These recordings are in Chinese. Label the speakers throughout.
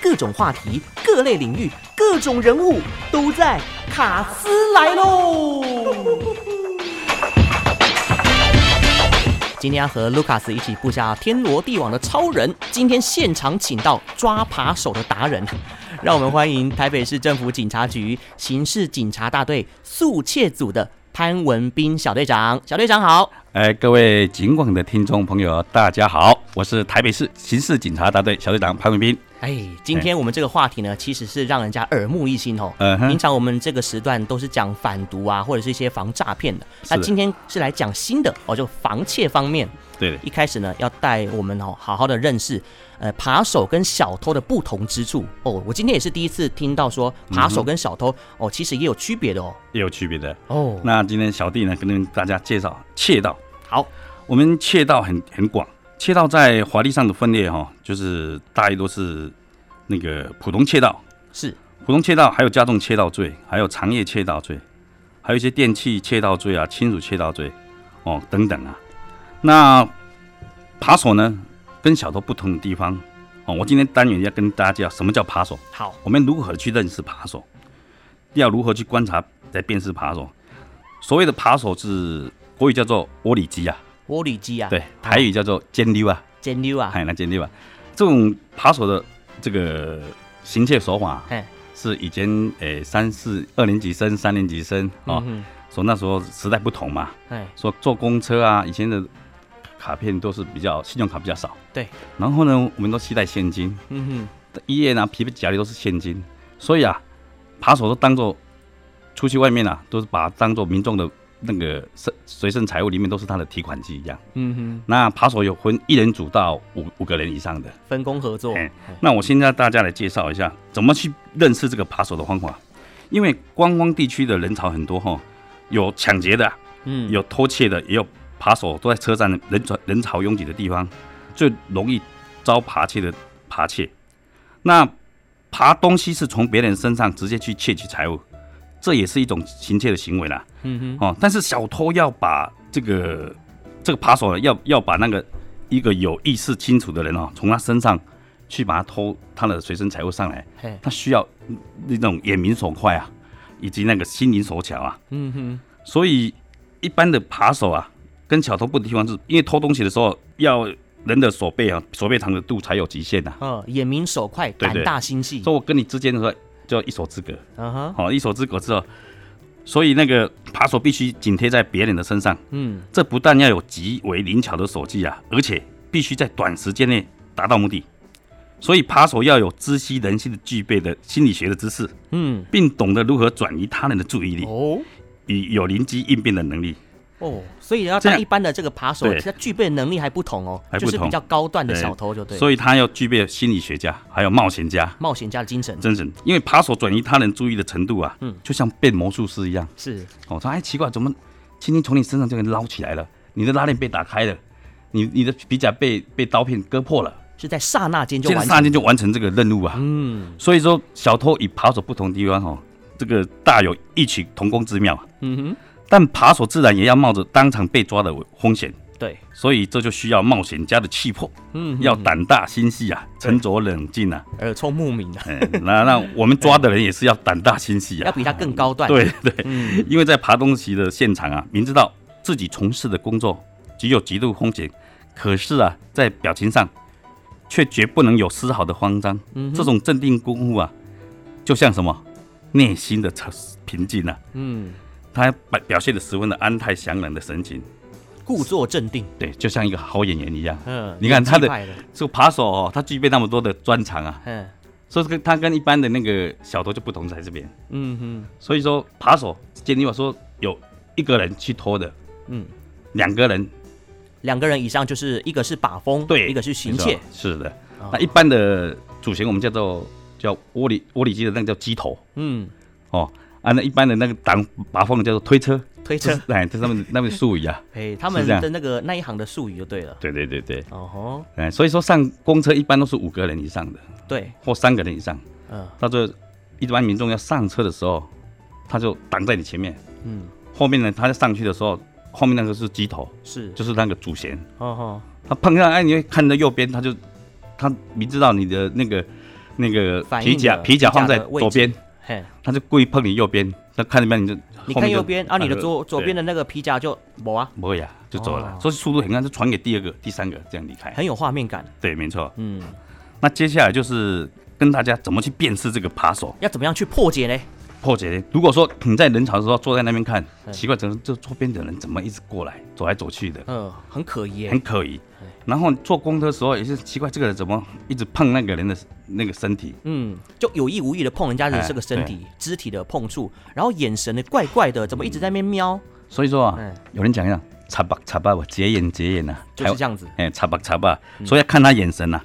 Speaker 1: 各种话题、各类领域、各种人物都在卡斯来喽。 今天要和卢卡斯一起布下天罗地网的超人，今天现场请到抓扒手的达人，让我们欢迎台北市政府警察局刑事警察大队速窃组的潘文斌小队长。小队长好。
Speaker 2: 哎，各位警广的听众朋友，大家好，我是台北市刑事警察大队小队长潘文斌。
Speaker 1: 哎，今天我们这个话题呢，其实是让人家耳目一新哦。
Speaker 2: 哎嗯哼
Speaker 1: 平常我们这个时段都是讲反毒啊，或者是一些防诈骗的，那
Speaker 2: 是
Speaker 1: 今天是来讲新的哦，就防窃方面。
Speaker 2: 对的，
Speaker 1: 一开始呢，要带我们哦好好的认识，呃，扒手跟小偷的不同之处哦。我今天也是第一次听到说
Speaker 2: 嗯
Speaker 1: 扒手跟小偷、哦，其实也有区别的哦。
Speaker 2: 也有区别的。
Speaker 1: 哦，
Speaker 2: 那今天小弟呢，跟大家介绍窃盗。
Speaker 1: 好，
Speaker 2: 我们窃盗很很广，窃盗在法律上的分类哈、就是大约都是那个普通窃盗、
Speaker 1: 是
Speaker 2: 普通窃盗，还有加重窃盗罪，还有长夜窃盗罪，还有一些电器窃盗罪啊、亲属窃盗罪哦等等啊。那扒手呢，跟小偷不同的地方哦，我今天单元要跟大家介绍什么叫扒手，
Speaker 1: 好，
Speaker 2: 我们如何去认识扒手，要如何去观察来辨识扒手。所谓的扒手是国语叫做窝里鸡啊，
Speaker 1: 窝里鸡啊，
Speaker 2: 对，台语叫做监溜啊，
Speaker 1: 煎溜啊，
Speaker 2: 海南监溜啊，这种扒手的这个行窃手法啊、
Speaker 1: 嘿，
Speaker 2: 是以前诶三四二年级生、三年级生哦，
Speaker 1: 嗯
Speaker 2: 说那时候时代不同嘛，
Speaker 1: 哼，哎，
Speaker 2: 说坐公车啊，以前的卡片都是比较信用卡比较少，
Speaker 1: 对，
Speaker 2: 然后呢，我们都期待现金，
Speaker 1: 嗯
Speaker 2: 一夜呢皮夹里都是现金，所以啊，扒手都当做出去外面啊，都是把它当做民众的那个身随身财物里面都是他的提款机一样
Speaker 1: 哼，。嗯哼，
Speaker 2: 那扒手有分一人组到五五个人以上的，
Speaker 1: 分工合作，
Speaker 2: 哎那我现在大家来介绍一下怎么去认识这个扒手的方法，因为观光地区的人潮很多哈，有抢劫的，
Speaker 1: 嗯，
Speaker 2: 有偷窃的，也有扒手都在车站人潮人潮拥挤的地方，最容易遭扒窃的扒窃。那扒东西是从别人身上直接去窃取财物，这也是一种行窃的行为啦。
Speaker 1: 嗯哼，
Speaker 2: 哦，但是小偷要把这个这个扒手呢要要把那个一个有意识清楚的人哦，从他身上去把他偷他的随身财物上来，
Speaker 1: 嘿，
Speaker 2: 他需要嗯那种眼明手快啊，以及那个心灵手巧啊。
Speaker 1: 嗯哼，
Speaker 2: 所以一般的扒手啊，跟小偷不的地方是，因为偷东西的时候要人的手背啊，手背长的度才有极限呐、啊。
Speaker 1: 嗯，眼明手快，
Speaker 2: 对
Speaker 1: 胆
Speaker 2: 对
Speaker 1: 大心细
Speaker 2: 所，以我跟你之间的时候，就要一手之隔。哦
Speaker 1: 嗯哼，
Speaker 2: 好、一手之隔之后，所以那个扒手必须紧贴在别人的身上。
Speaker 1: 嗯，
Speaker 2: 这不但要有极为灵巧的手技啊，而且必须在短时间内达到目的。所以扒手要有知悉人性的具备的心理学的知识，
Speaker 1: 嗯，
Speaker 2: 并懂得如何转移他人的注意力，
Speaker 1: 哦。
Speaker 2: 以有灵机应变的能力。
Speaker 1: 哦，所以要
Speaker 2: 这
Speaker 1: 当
Speaker 2: 样
Speaker 1: 一般的这个扒手，
Speaker 2: 对
Speaker 1: 他具备的能力还不同哦，
Speaker 2: 还不
Speaker 1: 就是
Speaker 2: 同
Speaker 1: 比较高段的
Speaker 2: 对
Speaker 1: 小偷就对了，
Speaker 2: 所以他要具备心理学家，还有冒险家
Speaker 1: 冒险家的精神
Speaker 2: 精神。因为扒手转移他人注意的程度啊，
Speaker 1: 嗯
Speaker 2: 就像变魔术师一样。
Speaker 1: 是
Speaker 2: 哦，说哎奇怪，怎么轻轻从你身上就给你捞起来了？你的拉链被打开了，你你的皮夹被被刀片割破了，
Speaker 1: 是在刹那间就
Speaker 2: 现在
Speaker 1: 完
Speaker 2: 瞬
Speaker 1: 成。
Speaker 2: 间就完成这个任务啊。
Speaker 1: 嗯
Speaker 2: 所以说，小偷与扒手不同的地方哦，这个大有异曲同工之妙啊。
Speaker 1: 嗯
Speaker 2: 但扒手自然也要冒着当场被抓的风险，
Speaker 1: 哼，对，
Speaker 2: 所以这就需要冒险家的气魄，
Speaker 1: 嗯，
Speaker 2: 要胆大心细啊，沉着冷静啊。
Speaker 1: 耳聪目明的，
Speaker 2: 哎，那那我们抓的人也是要胆大心细
Speaker 1: 要
Speaker 2: 啊。
Speaker 1: 比他更高段。，
Speaker 2: 对对，
Speaker 1: 嗯
Speaker 2: 因为在爬东西的现场啊，明知道自己从事的工作只有极度风险，可是啊，在表情上却绝不能有丝毫的慌张。
Speaker 1: 嗯哼
Speaker 2: 这种镇定功夫啊，就像什么内心的沉平静啊，
Speaker 1: 嗯，
Speaker 2: 他表表现的十分的安泰祥然的神情，
Speaker 1: 故作镇定，
Speaker 2: 对，就像一个好演员一样。
Speaker 1: 嗯，
Speaker 2: 你看他的
Speaker 1: 演技派的，
Speaker 2: 这个扒手哦，他具备那么多的专长啊，
Speaker 1: 嗯
Speaker 2: 所以这个他跟一般的那个小偷就不同在这边。
Speaker 1: 嗯哼，
Speaker 2: 所以说，扒手建立我说有一个人去拖的，
Speaker 1: 嗯，
Speaker 2: 两个人
Speaker 1: 两个人以上就是一个是把风，
Speaker 2: 对，
Speaker 1: 一个是行窃
Speaker 2: 没，错是的。
Speaker 1: 哦
Speaker 2: 那一般的主型我们叫做叫窝里窝里鸡的那个叫鸡头
Speaker 1: 嗯，
Speaker 2: 哦，啊，那一般的那个挡把风的叫做推车，
Speaker 1: 推
Speaker 2: 这
Speaker 1: 车
Speaker 2: 是， 哎，这是他们那边的术语啊。
Speaker 1: 哎，他们
Speaker 2: 是这样
Speaker 1: 的那个那一行的术语就对了。
Speaker 2: 对对对对，
Speaker 1: 哦吼，
Speaker 2: 哎，所以说上公车一般都是五个人以上的，
Speaker 1: 对，
Speaker 2: 或三个人以上。
Speaker 1: 嗯
Speaker 2: 到最后，一般民众要上车的时候，他就挡在你前面，
Speaker 1: 嗯，
Speaker 2: 后面呢，他在上去的时候，后面那个是鸡头，
Speaker 1: 是，
Speaker 2: 就是那个主弦。
Speaker 1: 哦吼，
Speaker 2: 他碰上，哎，你会看到右边，他就他明知道你的那个那个
Speaker 1: 反应
Speaker 2: 皮夹
Speaker 1: 的
Speaker 2: 皮夹放在
Speaker 1: 皮夹的位置
Speaker 2: 左边，
Speaker 1: 嘿，
Speaker 2: 他就故意碰你右边，他看那边你就
Speaker 1: 你
Speaker 2: 后
Speaker 1: 看
Speaker 2: 面就
Speaker 1: 右边啊，你的左左边
Speaker 2: 的
Speaker 1: 的那个皮夹就没啊，
Speaker 2: 没呀就走了
Speaker 1: 哦，哎
Speaker 2: 所以速度很快，就传给第二个、第三个这样离开。
Speaker 1: 很有画面感。
Speaker 2: 对，没错。
Speaker 1: 嗯，
Speaker 2: 那接下来就是跟大家怎么去辨识这个扒手
Speaker 1: 要怎么样去破解呢？
Speaker 2: 破解。如果说你在人潮的时候坐在那边看，
Speaker 1: 嗯
Speaker 2: 奇怪，怎么这周边的人怎么一直过来走来走去的，
Speaker 1: 嗯，很可疑耶
Speaker 2: 很。可疑。
Speaker 1: 哎
Speaker 2: 然后坐公车的时候也是奇怪，这个人怎么一直碰那个人的那个身体？
Speaker 1: 嗯，就有意无意的碰人家的
Speaker 2: 哎
Speaker 1: 这个身体、肢体的碰触，然后眼神的怪怪的，怎么一直在那边瞄？
Speaker 2: 所以说啊，
Speaker 1: 嗯
Speaker 2: 有人讲一样，擦吧擦吧，我结眼结眼呐、啊，
Speaker 1: 就是这样嗯子。
Speaker 2: 哎，查吧查吧，所以要看他眼神呐、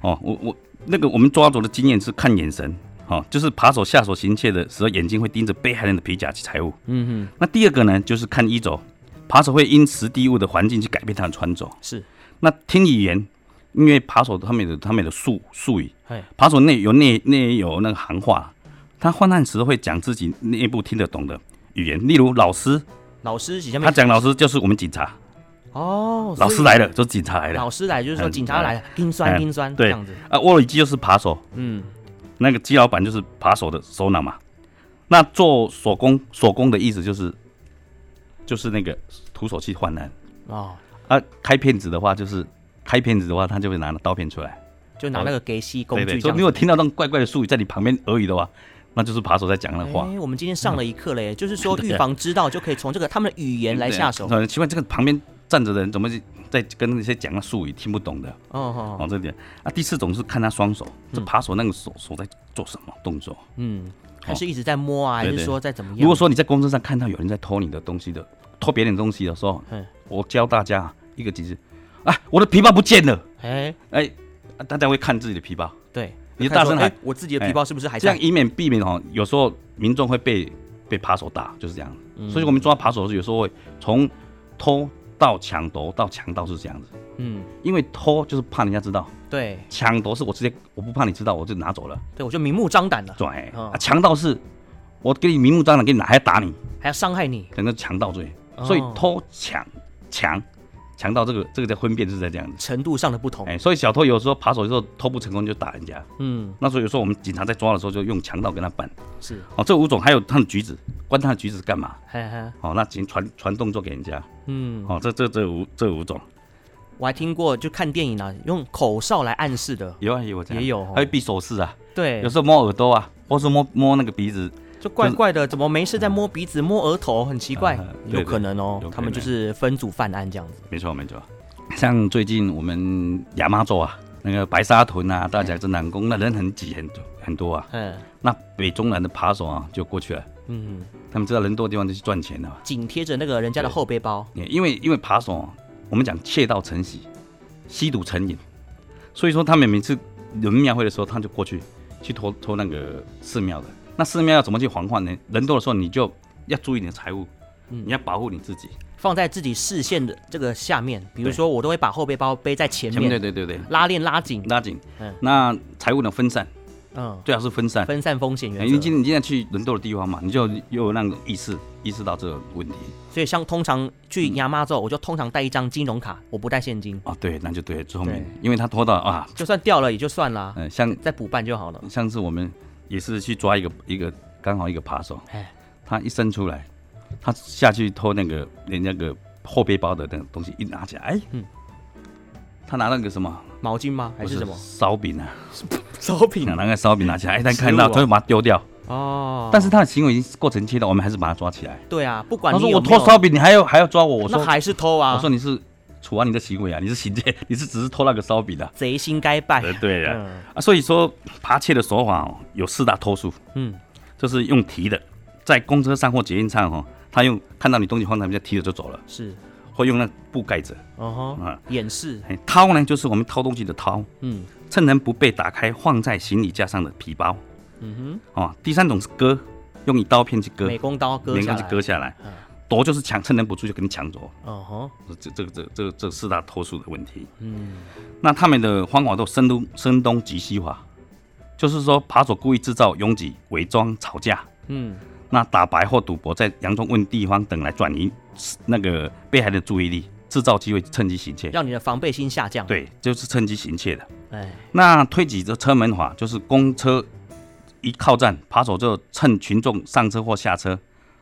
Speaker 2: 哦，我我那个我们抓走的经验是看眼神，哦，就是扒手下手行窃的时候，眼睛会盯着被害人的皮夹及财物。
Speaker 1: 嗯哼，
Speaker 2: 那第二个呢，就是看衣着，扒手会因实地物的环境去改变他的穿着。
Speaker 1: 是，
Speaker 2: 那听语言，因为扒手他们有他们的术术语，
Speaker 1: 哎，
Speaker 2: 扒手内有内内有那个行话，他患难时会讲自己内部听得懂的语言，例如老师，
Speaker 1: 老师底下面
Speaker 2: 他讲老师就是我们警察，
Speaker 1: 哦，
Speaker 2: 老师
Speaker 1: 所以
Speaker 2: 来了就是警察来了。
Speaker 1: 老师来就是说
Speaker 2: 嗯
Speaker 1: 警察来了，冰
Speaker 2: 哎
Speaker 1: 酸冰酸
Speaker 2: 对
Speaker 1: 这样子。
Speaker 2: 啊，沃里基就是扒手，
Speaker 1: 嗯，
Speaker 2: 那个基老板就是扒手的首脑嘛。那做手工，手工的意思就是就是那个徒手去患难
Speaker 1: 哦，
Speaker 2: 啊。开骗子的话就是开骗子的话，他就会拿刀片出来。
Speaker 1: 就拿那个给吸工
Speaker 2: 对
Speaker 1: 具这
Speaker 2: 对，所以
Speaker 1: 样
Speaker 2: 如
Speaker 1: 子。
Speaker 2: 果听到那种怪怪的术语在你旁边耳语的话，那就是扒手在讲那话。
Speaker 1: 哎，我们今天上了一课嘞，就是 说预防知道就可以从这个他们的语言哎来下手。
Speaker 2: 对。很奇怪，这个旁边站着的人怎么是在跟那些讲那术语听不懂的？
Speaker 1: 哦哦，
Speaker 2: 哦，这点啊。第四种是看他双手，这扒手那个手手在做什么动作？
Speaker 1: 嗯，还是一直在摸啊，还
Speaker 2: 哦对
Speaker 1: 是
Speaker 2: 对
Speaker 1: 说在怎么样？
Speaker 2: 如果说你在公车上看到有人在偷你的东西的，偷别人的东西的时候
Speaker 1: 嗯，
Speaker 2: 我教大家一个机制，啊，我的皮包不见了，
Speaker 1: 哎，
Speaker 2: 哎、啊大家会看自己的皮包，
Speaker 1: 对，
Speaker 2: 你
Speaker 1: 就看
Speaker 2: 大
Speaker 1: 说
Speaker 2: 声喊
Speaker 1: 哎我自己的皮包是不是还
Speaker 2: 这样
Speaker 1: 在？
Speaker 2: 以免避免哦，有时候民众会被被扒手打，就是这样。所以我们抓扒手的时候，有时候会从偷到抢夺到强盗是这样子，
Speaker 1: 嗯，
Speaker 2: 因为偷就是怕人家知道，
Speaker 1: 对，
Speaker 2: 抢夺是我直接我不怕你知道，我就拿走了，
Speaker 1: 对我就明目张胆了，
Speaker 2: 对，哎
Speaker 1: 哦
Speaker 2: 啊强盗是我给你明目张胆给你拿，还要打你。
Speaker 1: 还要伤害你。
Speaker 2: 可能是强盗罪，
Speaker 1: 哦
Speaker 2: 所以偷抢抢强盗这个这个在分辨就是在这样子。
Speaker 1: 程度上的不同。
Speaker 2: 哎、所以小偷有时候扒手有时候偷不成功就打人家，
Speaker 1: 嗯，
Speaker 2: 那所以有时候我们警察在抓的时候就用强盗跟他办。
Speaker 1: 是，
Speaker 2: 哦，这五种还有他的举止，关他的举止干嘛？
Speaker 1: 嘿嘿，
Speaker 2: 哦，那请传传动作给人家。
Speaker 1: 嗯，
Speaker 2: 哦，这这这五这五种
Speaker 1: 我还听过，就看电影啊，用口哨来暗示的，
Speaker 2: 有啊有这样
Speaker 1: 也有哦
Speaker 2: 还有匕首饰啊，
Speaker 1: 对
Speaker 2: 有，时候摸耳朵啊，或是摸摸那个鼻子，
Speaker 1: 就怪怪的，怎么没事在摸鼻子、摸额头，很奇怪
Speaker 2: 啊啊，嗯对
Speaker 1: 有可能
Speaker 2: 对
Speaker 1: 哦
Speaker 2: 有可，能
Speaker 1: 他们就是分组犯案这样子。
Speaker 2: 没错没错。像最近我们亚妈州啊，那个白沙屯啊、大甲镇南宫，那人很挤很多很多啊。
Speaker 1: 嗯
Speaker 2: 那北中南的扒手啊就过去了，
Speaker 1: 嗯，
Speaker 2: 他们知道人多的地方就去赚钱了嘛。
Speaker 1: 紧贴着那个人家的后背包，
Speaker 2: 也因为因为扒手、啊，我们讲窃盗成习，吸毒成瘾，所以说他们每次人庙会的时候，他就过去去偷偷那个寺庙的。那寺庙要怎么去防范呢？人多的时候你就要注意你的财物，
Speaker 1: 嗯
Speaker 2: 你要保护你自己。
Speaker 1: 放在自己视线的这个下面。比如
Speaker 2: 对
Speaker 1: 说，我都会把后背包背在前
Speaker 2: 前面对
Speaker 1: 面，
Speaker 2: 对对对，
Speaker 1: 拉链拉紧，
Speaker 2: 拉紧
Speaker 1: 嗯。
Speaker 2: 那财物呢分散，
Speaker 1: 嗯，
Speaker 2: 最好是分散。
Speaker 1: 分散风险原
Speaker 2: 因为今
Speaker 1: 则。
Speaker 2: 你今天去人多的地方嘛，你就又有那种意识意识到这个问题
Speaker 1: 所以，像通常去牙妈
Speaker 2: 嗯
Speaker 1: 之后，我就通常带一张金融卡，我不带现金，
Speaker 2: 啊，对，那就对，最后面，因为他拖到啊，
Speaker 1: 就算掉了也就算啦，
Speaker 2: 嗯、像
Speaker 1: 再补办就好了。
Speaker 2: 上次我们也是去抓一个一个刚好一个扒手
Speaker 1: 哎，
Speaker 2: 他一伸出来，他下去偷那个人家那个后背包的那个东西，一拿起来，哎，
Speaker 1: 嗯
Speaker 2: 他拿那个什么
Speaker 1: 毛巾吗？还是什么
Speaker 2: 不烧饼啊？
Speaker 1: 烧饼
Speaker 2: 拿那个烧饼拿 起来，哎，他
Speaker 1: 食物
Speaker 2: 看到
Speaker 1: 啊
Speaker 2: 他就把它丢掉，
Speaker 1: 哦，
Speaker 2: 但是他的行为已经构成窃盗，我们还是把他抓起来。
Speaker 1: 对啊，不管
Speaker 2: 他
Speaker 1: 你
Speaker 2: 说
Speaker 1: 有
Speaker 2: 我
Speaker 1: 没有
Speaker 2: 偷烧，饼，你还要还要抓我？我
Speaker 1: 那
Speaker 2: 说
Speaker 1: 还是偷啊。
Speaker 2: 我说你是处罚你的行为啊，你是行窃， 你是只是偷那个烧饼的、啊。
Speaker 1: 贼心该败。
Speaker 2: 对呀、
Speaker 1: 嗯
Speaker 2: 啊，所以说扒窃的手法、哦、有四大偷术，
Speaker 1: 嗯，
Speaker 2: 就是用提的，在公车上或捷运上哦，他用看到你东西放在那边提着就走了，
Speaker 1: 是，
Speaker 2: 或用那布盖着。
Speaker 1: 哦吼，
Speaker 2: 啊、
Speaker 1: 掩饰，
Speaker 2: 哎掏呢就是我们掏东西的掏，
Speaker 1: 嗯
Speaker 2: 趁人不备打开放在行李架上的皮包。嗯哼，哦，第三种是割，用一刀片去割，
Speaker 1: 美工刀割
Speaker 2: 连
Speaker 1: 下
Speaker 2: 根去
Speaker 1: 来，
Speaker 2: 割下来
Speaker 1: 嗯。
Speaker 2: 夺就是抢，趁人不注意就给你抢走。
Speaker 1: 哦吼，
Speaker 2: 这这这这这四大投诉的问题。嗯，那他们的方法都声东声东击西法，就是说扒手故意制造拥挤、伪装、吵架，
Speaker 1: 嗯，
Speaker 2: 那打白或赌博，在佯装问地方等来转移那个被害人的注意力，制造机会趁机行窃。
Speaker 1: 让你的防备心下降。，
Speaker 2: 对，就是趁机行窃的。
Speaker 1: 哎，
Speaker 2: 那推挤的车门法就是公车一靠站，扒手就趁群众上车或下车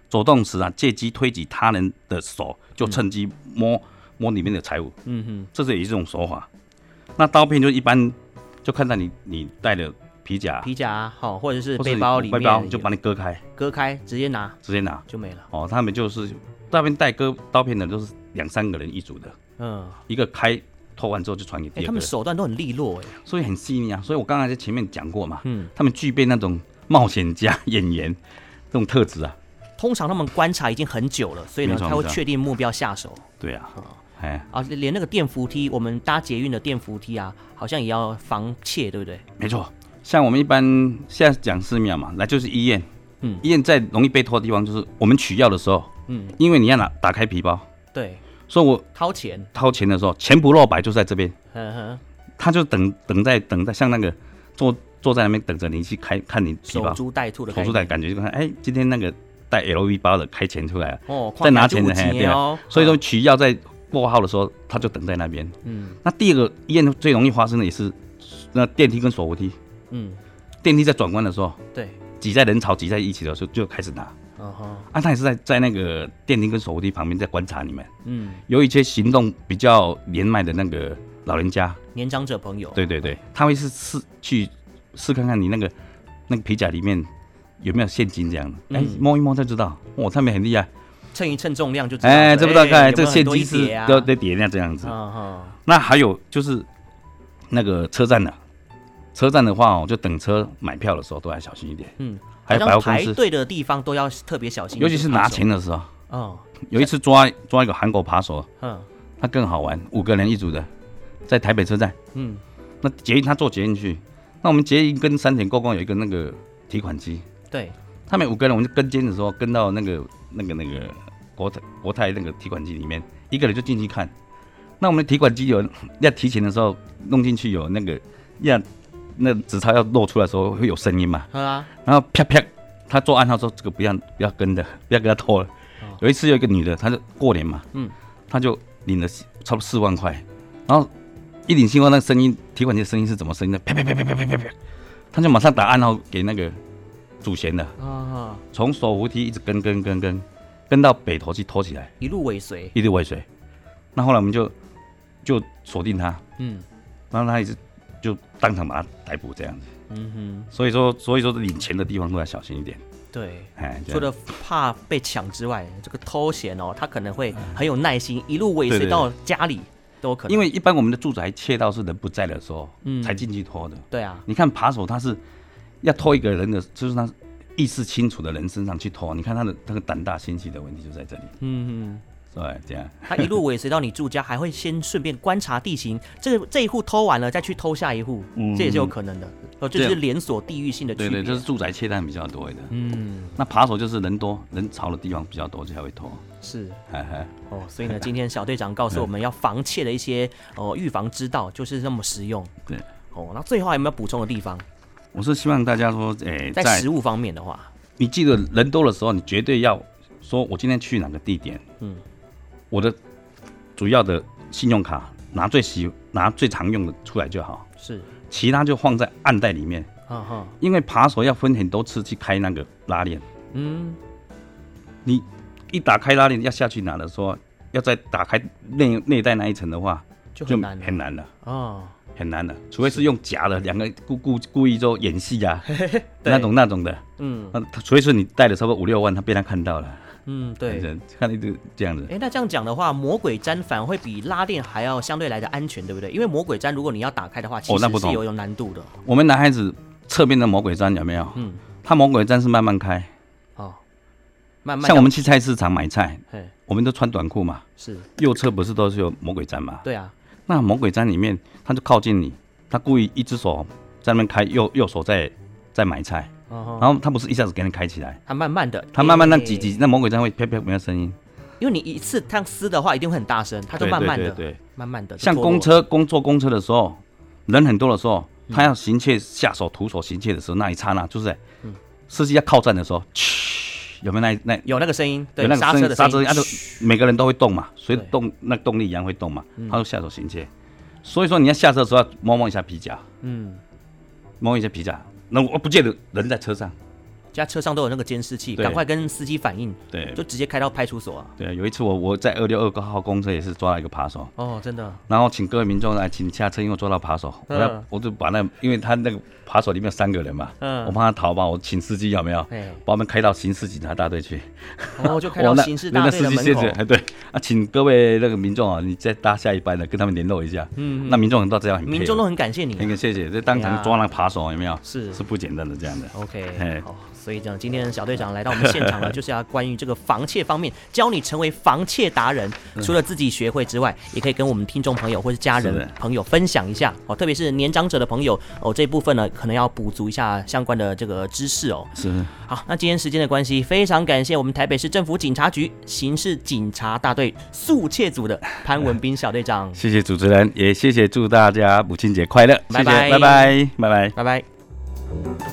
Speaker 2: 走动时啊，借机推挤他人的手，就趁机摸、摸里面的财物，
Speaker 1: 嗯哼，
Speaker 2: 这是也是一种手法。那刀片就一般就看到你你带的皮夹，
Speaker 1: 皮夹啊好、或者是
Speaker 2: 或是
Speaker 1: 背
Speaker 2: 你
Speaker 1: 包里面
Speaker 2: 背包就
Speaker 1: 有
Speaker 2: 把你割开，
Speaker 1: 割开，直接拿
Speaker 2: 直接拿。
Speaker 1: 就没了。
Speaker 2: 哦，他们就是那边带割刀片的都是两三个人一组的，
Speaker 1: 嗯，
Speaker 2: 一个开偷完之后就传给
Speaker 1: 哎、
Speaker 2: 第
Speaker 1: 他
Speaker 2: 二个
Speaker 1: 们
Speaker 2: 人，
Speaker 1: 手段都很利落哎、
Speaker 2: 所以很细腻啊。所以我刚才在前面讲过嘛，
Speaker 1: 嗯，
Speaker 2: 他们具备那种冒险家、演员这种特质啊。
Speaker 1: 通常他们观察已经很久了，所以呢，
Speaker 2: 没错
Speaker 1: 他会
Speaker 2: 没错
Speaker 1: 确定目标下手
Speaker 2: 对啊
Speaker 1: 哦，
Speaker 2: 哎，
Speaker 1: 啊。连那个电扶梯，我们搭捷运的电扶梯啊，好像也要防窃，对不对？
Speaker 2: 没错。像我们一般现在讲寺庙嘛，那就是医院。
Speaker 1: 嗯
Speaker 2: 医院在容易被偷的地方就是我们取药的时候，
Speaker 1: 嗯，
Speaker 2: 因为你要拿打开皮包，
Speaker 1: 对，
Speaker 2: 所以我
Speaker 1: 掏钱，
Speaker 2: 掏钱的时候，钱不露白就在这边，
Speaker 1: 呵呵，
Speaker 2: 他就等等在等在像那个坐坐在那边等着你去开看你皮
Speaker 1: 守
Speaker 2: 包，
Speaker 1: 株待兔的
Speaker 2: 守
Speaker 1: 概
Speaker 2: 株
Speaker 1: 念
Speaker 2: 待感觉就看，哎，今天那个带 LV 包的开钱出来了，
Speaker 1: 哦，
Speaker 2: 再拿钱
Speaker 1: 的
Speaker 2: 的嘿对啊
Speaker 1: 哦，
Speaker 2: 所以说
Speaker 1: 嗯
Speaker 2: 取药在拨号的时候，他就等在那边。
Speaker 1: 嗯
Speaker 2: 那第二个医院最容易发生的也是那电梯跟手扶梯，
Speaker 1: 嗯，
Speaker 2: 电梯在转弯的时候，
Speaker 1: 对，
Speaker 2: 挤在人潮挤在一起的时候就开始拿。
Speaker 1: 嗯哼，
Speaker 2: 啊，他也是在在那个电梯跟手扶梯旁边在观察你们，
Speaker 1: 嗯，
Speaker 2: 有一些行动比较年迈的那个老人家，
Speaker 1: 年长者朋友，
Speaker 2: 对对对，他会是试去试看看你那个那个皮夹里面有没有现金这样的，哎、
Speaker 1: 嗯
Speaker 2: 摸一摸才知道，哦，他们很厉害，
Speaker 1: 称一称重量就知道
Speaker 2: 哎，
Speaker 1: 说
Speaker 2: 这不大概
Speaker 1: 有没
Speaker 2: 这
Speaker 1: 有
Speaker 2: 个现
Speaker 1: 很多一
Speaker 2: 金是
Speaker 1: 叠啊，
Speaker 2: 对对叠那这样子。
Speaker 1: 嗯哼，
Speaker 2: 那还有就是那个车站呢、车站的话哦，就等车买票的时候都要小心一点，
Speaker 1: 嗯，
Speaker 2: 还有
Speaker 1: 好
Speaker 2: 百
Speaker 1: 像
Speaker 2: 货公
Speaker 1: 排
Speaker 2: 司，
Speaker 1: 队的地方都要特别小心，
Speaker 2: 尤其是拿钱的时候。
Speaker 1: 哦，
Speaker 2: 有一次抓抓一个韩国扒手，
Speaker 1: 嗯
Speaker 2: 那更好玩，五个人一组的，在台北车站，
Speaker 1: 嗯，
Speaker 2: 那捷运他坐捷运去，那我们捷运跟三田购逛有一个那个提款机，
Speaker 1: 对，
Speaker 2: 他们五个人我们就跟监的时候跟到那个那个那个国泰国泰那个提款机里面，一个人就进去看，那我们的提款机有要提钱的时候弄进去有那个要那纸钞要露出来的时候会有声音嘛，
Speaker 1: 喝啊，
Speaker 2: 然后啪啪，他做暗号说这个不要不要跟的，不要给他偷了。
Speaker 1: 哦
Speaker 2: 有一次有一个女的，她就过年嘛，
Speaker 1: 嗯，
Speaker 2: 她就领了四差不多四万块，然后一领四万，那个声音提款机的声音是怎么声音的？啪啪啪啪啪啪啪啪，她就马上打暗号给那个主嫌的，
Speaker 1: 啊，
Speaker 2: 从手扶梯一直跟跟跟跟跟到北头去偷起来，
Speaker 1: 一路尾随，
Speaker 2: 一直尾随。那后来我们就就锁定他，
Speaker 1: 嗯
Speaker 2: 然后他一直就当场把他逮捕这样子。
Speaker 1: 嗯
Speaker 2: 所以说，所以说领钱的地方都要小心一点，
Speaker 1: 哼，对。
Speaker 2: 哎，这样
Speaker 1: 除了怕被抢之外，这个偷闲哦，他可能会很有耐心，一路尾
Speaker 2: 对
Speaker 1: 随
Speaker 2: 对
Speaker 1: 到家里都有可能。
Speaker 2: 因
Speaker 1: 为
Speaker 2: 为一般我们的住宅窃盗是人不在的时候，
Speaker 1: 嗯
Speaker 2: 才进去偷的。
Speaker 1: 对啊，
Speaker 2: 你看扒手他是要偷一个人的，就是他意识清楚的人身上去偷。你看他的那个胆大心细的问题就在这里，
Speaker 1: 嗯嗯，
Speaker 2: 是吧？这样
Speaker 1: 他一路尾随到你住家，还会先顺便观察地形，这个这一户偷完了再去偷下一户，
Speaker 2: 嗯
Speaker 1: 这也是有可能的。哦，这
Speaker 2: 对啊
Speaker 1: 就是连锁地域性的区
Speaker 2: 对
Speaker 1: 别。
Speaker 2: 对，就是住宅窃探比较多的。
Speaker 1: 嗯，
Speaker 2: 那扒手就是人多人潮的地方比较多，就才会偷。
Speaker 1: 是
Speaker 2: 嘿嘿
Speaker 1: 哦，所以呢， 今天小队长告诉我们要防窃的一些哦预防之道，就是那么实用。
Speaker 2: 对
Speaker 1: 哦，那最后还有没有补充的地方？
Speaker 2: 我是希望大家说，诶、
Speaker 1: 在
Speaker 2: 在
Speaker 1: 食物方面的话，
Speaker 2: 你记得人多的时候，你绝对要说，我今天去哪个地点，
Speaker 1: 嗯
Speaker 2: 嗯，我的主要的信用卡拿最喜拿最常用的出来就好。
Speaker 1: 是，
Speaker 2: 其他就放在暗袋里面，
Speaker 1: 哈哈，
Speaker 2: 因为扒手要分很多次去开那个拉链，
Speaker 1: 嗯，
Speaker 2: 你一打开拉链要下去拿的时候，要再打开内内袋那一层的话，
Speaker 1: 就
Speaker 2: 就
Speaker 1: 很难了
Speaker 2: 很难了，
Speaker 1: 哦，
Speaker 2: 很难了，除非是用夹的，两个故故故意就演戏啊，
Speaker 1: 对
Speaker 2: 那种那种的，
Speaker 1: 嗯
Speaker 2: 那除非是你带了差不多五六万，他被他看到了，
Speaker 1: 嗯，对。
Speaker 2: 反正，看一直这样子，
Speaker 1: 哎，那这样讲的话，魔鬼毡反而会比拉链还要相对来的安全，对不对？因为魔鬼毡如果你要打开的话，其
Speaker 2: 哦那
Speaker 1: 实
Speaker 2: 不
Speaker 1: 是
Speaker 2: 同
Speaker 1: 有有难度的。
Speaker 2: 我们男孩子侧面的魔鬼毡有没有？
Speaker 1: 嗯，
Speaker 2: 他魔鬼毡是慢慢开，
Speaker 1: 哦，慢慢
Speaker 2: 像我
Speaker 1: 们，
Speaker 2: 们去菜市场买菜，
Speaker 1: 嘿，
Speaker 2: 我们都穿短裤嘛，
Speaker 1: 是
Speaker 2: 右侧不是都是有魔鬼毡嘛？
Speaker 1: 对啊，
Speaker 2: 那魔鬼毡里面，他就靠近你，他故意一只手在那边开，右右手在在买菜，
Speaker 1: 哦，
Speaker 2: 然后他不是一下子给你开起来，
Speaker 1: 它慢慢的，
Speaker 2: 他慢慢那
Speaker 1: 诶
Speaker 2: 挤挤，那魔鬼毡会啪啪没有声音，
Speaker 1: 因为你一次这样撕的话，一定会很大声，它就
Speaker 2: 对
Speaker 1: 慢慢的，
Speaker 2: 对对对
Speaker 1: 慢慢的，
Speaker 2: 像公，车公坐公车的时候，人很多的时候，他要行窃下手徒手行窃的时候，那一刹那就是在
Speaker 1: 嗯
Speaker 2: 司机要靠站的时候，嘘，有没有那一那？
Speaker 1: 有那个声音，对，
Speaker 2: 有那
Speaker 1: 刹
Speaker 2: 个
Speaker 1: 车的
Speaker 2: 声音，刹车，啊
Speaker 1: 音，
Speaker 2: 按照每个人都会动嘛，所以
Speaker 1: 对嗯
Speaker 2: 动那动力一样会动嘛，他就下手行窃。所以说，你要下车的时候要摸摸一下皮夹，
Speaker 1: 嗯，
Speaker 2: 摸一下皮夹。那我不见得人在车上，
Speaker 1: 家车上都有那个监视器，
Speaker 2: 对
Speaker 1: 赶快跟司机反映，
Speaker 2: 对
Speaker 1: 就直接开到派出所啊！
Speaker 2: 对。有一次我我在二六二号公车也是抓了一个扒手，
Speaker 1: 哦，真的，
Speaker 2: 然后请各位民众来请下车，因为我抓到扒手，我
Speaker 1: 嗯
Speaker 2: 要我就把那因为他那个扒手里面有三个人嘛，
Speaker 1: 嗯
Speaker 2: 我怕他逃嘛，我请司机有没有？
Speaker 1: 哎，
Speaker 2: 把我们开到刑事警察大队去，
Speaker 1: 然哦后就开
Speaker 2: 我
Speaker 1: 到
Speaker 2: 那
Speaker 1: 刑事
Speaker 2: 那
Speaker 1: 大
Speaker 2: 个
Speaker 1: 队的
Speaker 2: 司机
Speaker 1: 门
Speaker 2: 先生，
Speaker 1: 口，
Speaker 2: 哎，对啊，请各位那个民众啊，你再搭下一班的，跟他们联络一下。嗯，那民众很到这样很
Speaker 1: 民众都很哎感谢
Speaker 2: 那
Speaker 1: 你。啊
Speaker 2: 个谢谢，这当场抓那个扒手有没有？
Speaker 1: 是
Speaker 2: 是不简单的这样的。
Speaker 1: OK，
Speaker 2: 哎
Speaker 1: 好，所以讲今天小队长来到我们现 场了，就是要关于这个防窃方面，教你成为防窃达人。除了自己学会之外，也可以跟我们听众朋友或是家
Speaker 2: 嗯是
Speaker 1: 人
Speaker 2: 的
Speaker 1: 朋友分享一下哦，特别是年长者的朋友哦，这一部分呢可能要补足一下相关的这个知识哦。
Speaker 2: 是，，
Speaker 1: 好，那今天时间的关系，非常感谢我们台北市政府警察局刑事警察大队速窃组的潘文斌小队长
Speaker 2: 谢谢主持人，也谢谢祝大家母亲节快乐，谢
Speaker 1: 拜
Speaker 2: 谢，
Speaker 1: 拜
Speaker 2: 拜拜，拜拜。
Speaker 1: 拜拜。